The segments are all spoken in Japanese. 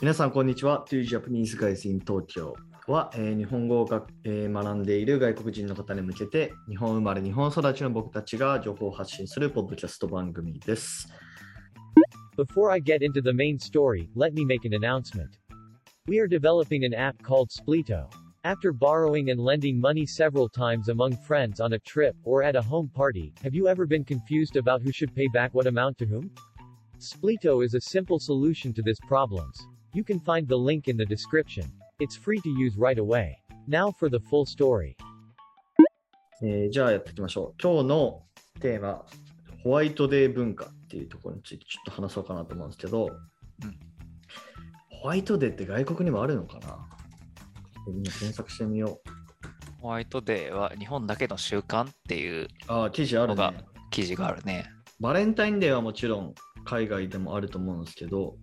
皆さん、こんにちは。To Japanese Guys in Tokyo は、えー日本語をが、えー学んでいる外国人の方に向けて、日本生まれ、日本育ちの僕たちが情報を発信するポッドキャスト番組です。 Before I get into the main story, let me make an announcement. We are developing an app called Splito. After borrowing and lending money several times among friends on a trip or at a home party, have you ever been confused about who should pay back what amount to whom? Splito is a simple solution to this problems. You can find the link in the description. It's free to use right away. Now for the full story. えーじゃあやっていきましょう。今日のテーマ、ホワイトデー文化っていうところについてちょっと話そうかなと思うんですけど、うんホワイトデーって外国にもあるのかな今検索してみよう。ホワイトデーは日本だけの習慣っていうああ、記事あるのがね。記事があるね。バレンタインデーはもちろん海外でもあると思うんですけど、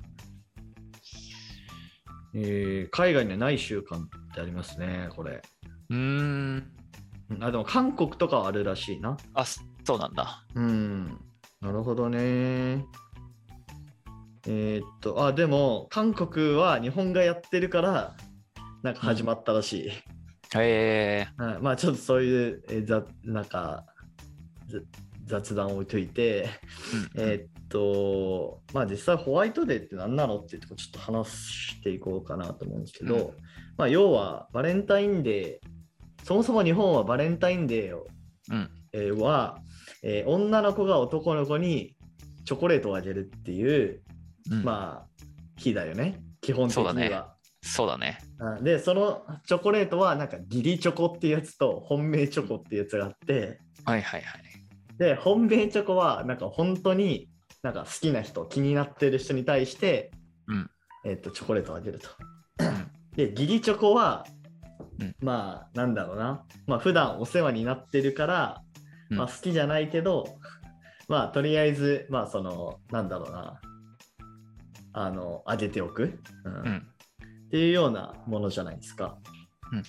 えー海外にはない習慣ってありますね、これ。うーん。うんあ、でも韓国とかはあるらしいな。あ、そそうなんだ。うん、なるほどね。えーっと、あ、でも、韓国は日本がやってるから、なんか始まったらしい。へえはい、まあ、ちょっとそういう、えーざなんか、ざ雑談を置いといて、うんえーっと、まあ、実際ホワイトデーって何なのっていうとこちょっと話していこうかなと思うんですけど、うんまあ、要はバレンタインデー、そもそも日本はバレンタインデーをうん。えーは、えー女の子が男の子にチョコレートをあげるっていう、うん、あ。まあ日だよね基本的にそうだねは。そうだね。あでそのチョコレートはなんか義理チョコっていうやつと本命チョコっていうやつがあってはいはいはい。で本命チョコはなんか本当になんか好きな人気になってる人に対して、うんえっとチョコレートをあげるとん。で義理チョコは、うんまあなんだろうなまあ普段お世話になってるから、うんまあ、好きじゃないけどまあとりあえずまあそのなんだろうなあのあげておく。うんうん。っていうようなものじゃないですか。うん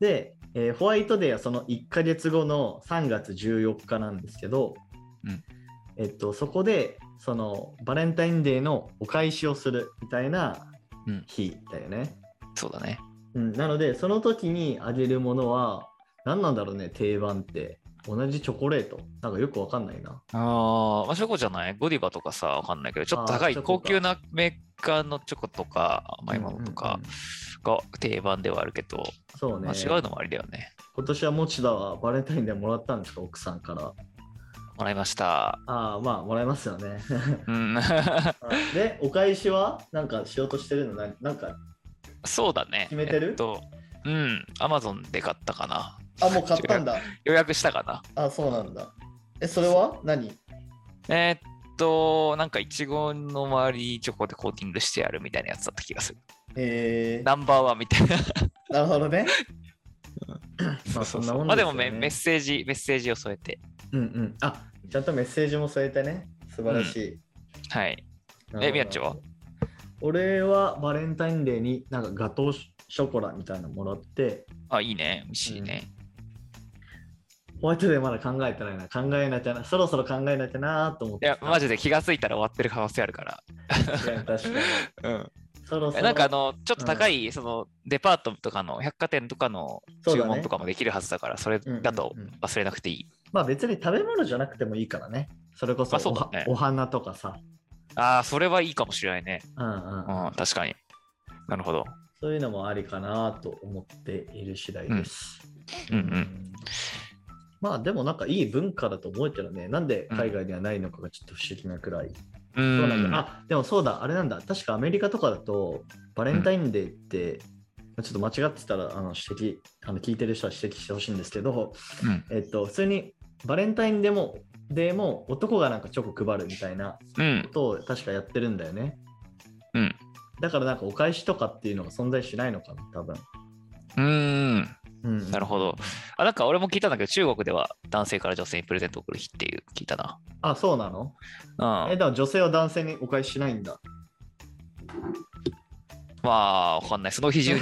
で、えーホワイトデーはその1ヶ月後の3月14日なんですけど、うんえっと、そこでそのバレンタインデーのお返しをするみたいなうん日だよね。そうだね。うん、なのでその時にあげるものは何なんだろうね定番って同じチョコレートなんかよくわかんないな。ああ、まあ、チョコじゃないゴディバとかさ、わかんないけど、ちょっと高あーいチョコ高か級なメーカーのチョコとか、甘いものとうかんうんが定番ではあるけど、そうね、まあ、違うのもありだよね。今年は持田はバレンタインデーもらったんですか奥さんから。もらいました。ああまあもらえますよね。 うん。で、お返しはなんかしようとしてるのななんか、そうだね。決めてるえっと、うん、アマゾンで買ったかな。あ、もう買ったんだ。予約したかな。あ、そうなんだ。え、それは何えーっと、なんかいちごの周りチョコでコーティングしてやるみたいなやつだった気がする。えナンバーワンみたいな。ー、なるほどね。まあそそうんなそうそもうんまあですでよもねメメッセージ、メッセージを添えて。うんうん。あ、ちゃんとメッセージも添えてね。素晴らしい。はない。るほどえ、みやちは俺はバレンタインデーになんかガトーショコラみたいなのもらって、あ、いいね。美味しいね。ホワイトデーまだ考えてないな。考えなきゃな。そろそろ考えなきゃなと思っいて。や、マジで気がついたら終わってる可能性あるから。確かに確かに。うんそろそ え。ろ。なんかあの、ちょっと高い、その、デパートとかの百貨店とかのそう注だね文とかもできるはずだから、それだとうんうんうん忘れなくていい。まあ別に食べ物じゃなくてもいいからね。それこそお,、まあそうだねお花とかさ、ああ、それはいいかもしれないね。うんうんう、ん、確かに。なるほど。そういうのもありかなと思っている次第です。うんうんうんまあでもなんかいい文化だと思うけどね、なんで海外にはないのかがちょっと不思議なくらい。うそうなんだん。あでもそうだ、あれなんだ、確かアメリカとかだとバレンタインデーって、ちょっと間違ってたらあの指摘あの聞いてる人は指摘してほしいんですけど、うんえっと、普通にバレンタインでもでも男がなんかチョコ配るみたいなうん。と確かやってるんだよね。うん。だからなんかお返しとかっていうのが存在しないのかな、多分。うん。うんなるほど。あ、なんか俺も聞いたんだけど、中国では男性から女性にプレゼントを送る日っていう聞いたな。あ、そうなのうえ、ん。でも女性は男性にお返ししないんだ。まあ、わかんない。その日中に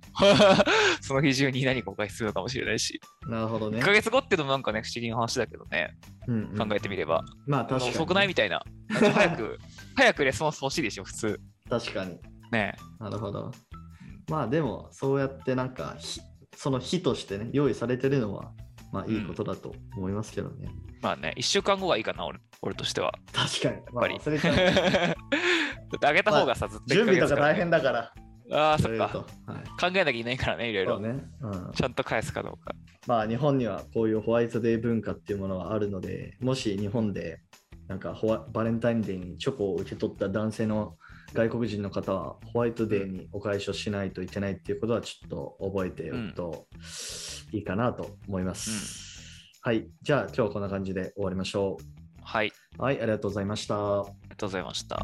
う、その日中に何かお返しするのかもしれないし。なるほどね1。ヶ月後っていうのもなんかね、不思議な話だけどね、うんう考んえてみれば。まあ確かに。 遅くないみたいな。早く、早くレスポンス欲しいでしょ、普通。確かに。ねなるほど。まあでも、そうやってなんか、ひその日としてね、用意されてるのは、まあいいことだと思いますけどね。まあね、1週間後がいいかな、俺俺 としては。確かに。まあ、やっ忘ぱれり。ちゃう。だってあげた方がさ、ずっと準備とか大変だ。だから。ああ、い そろっいろか。と。はい。考えなきゃいけないからね、いろいそうろ。ね。うん。ちゃんと返すかどうか。まあ日本にはこういうホワイトデー文化っていうものはあるので、もし日本でなんかホワバレンタインデーにチョコを受け取った男性の外国人の方はホワイトデーにお返しをしないといけないっていうことはちょっと覚えておくといいかなと思います。はい。じゃあ今日はこんな感じで終わりましょはい、う。はい。ありがとうございました。ありがとうございました。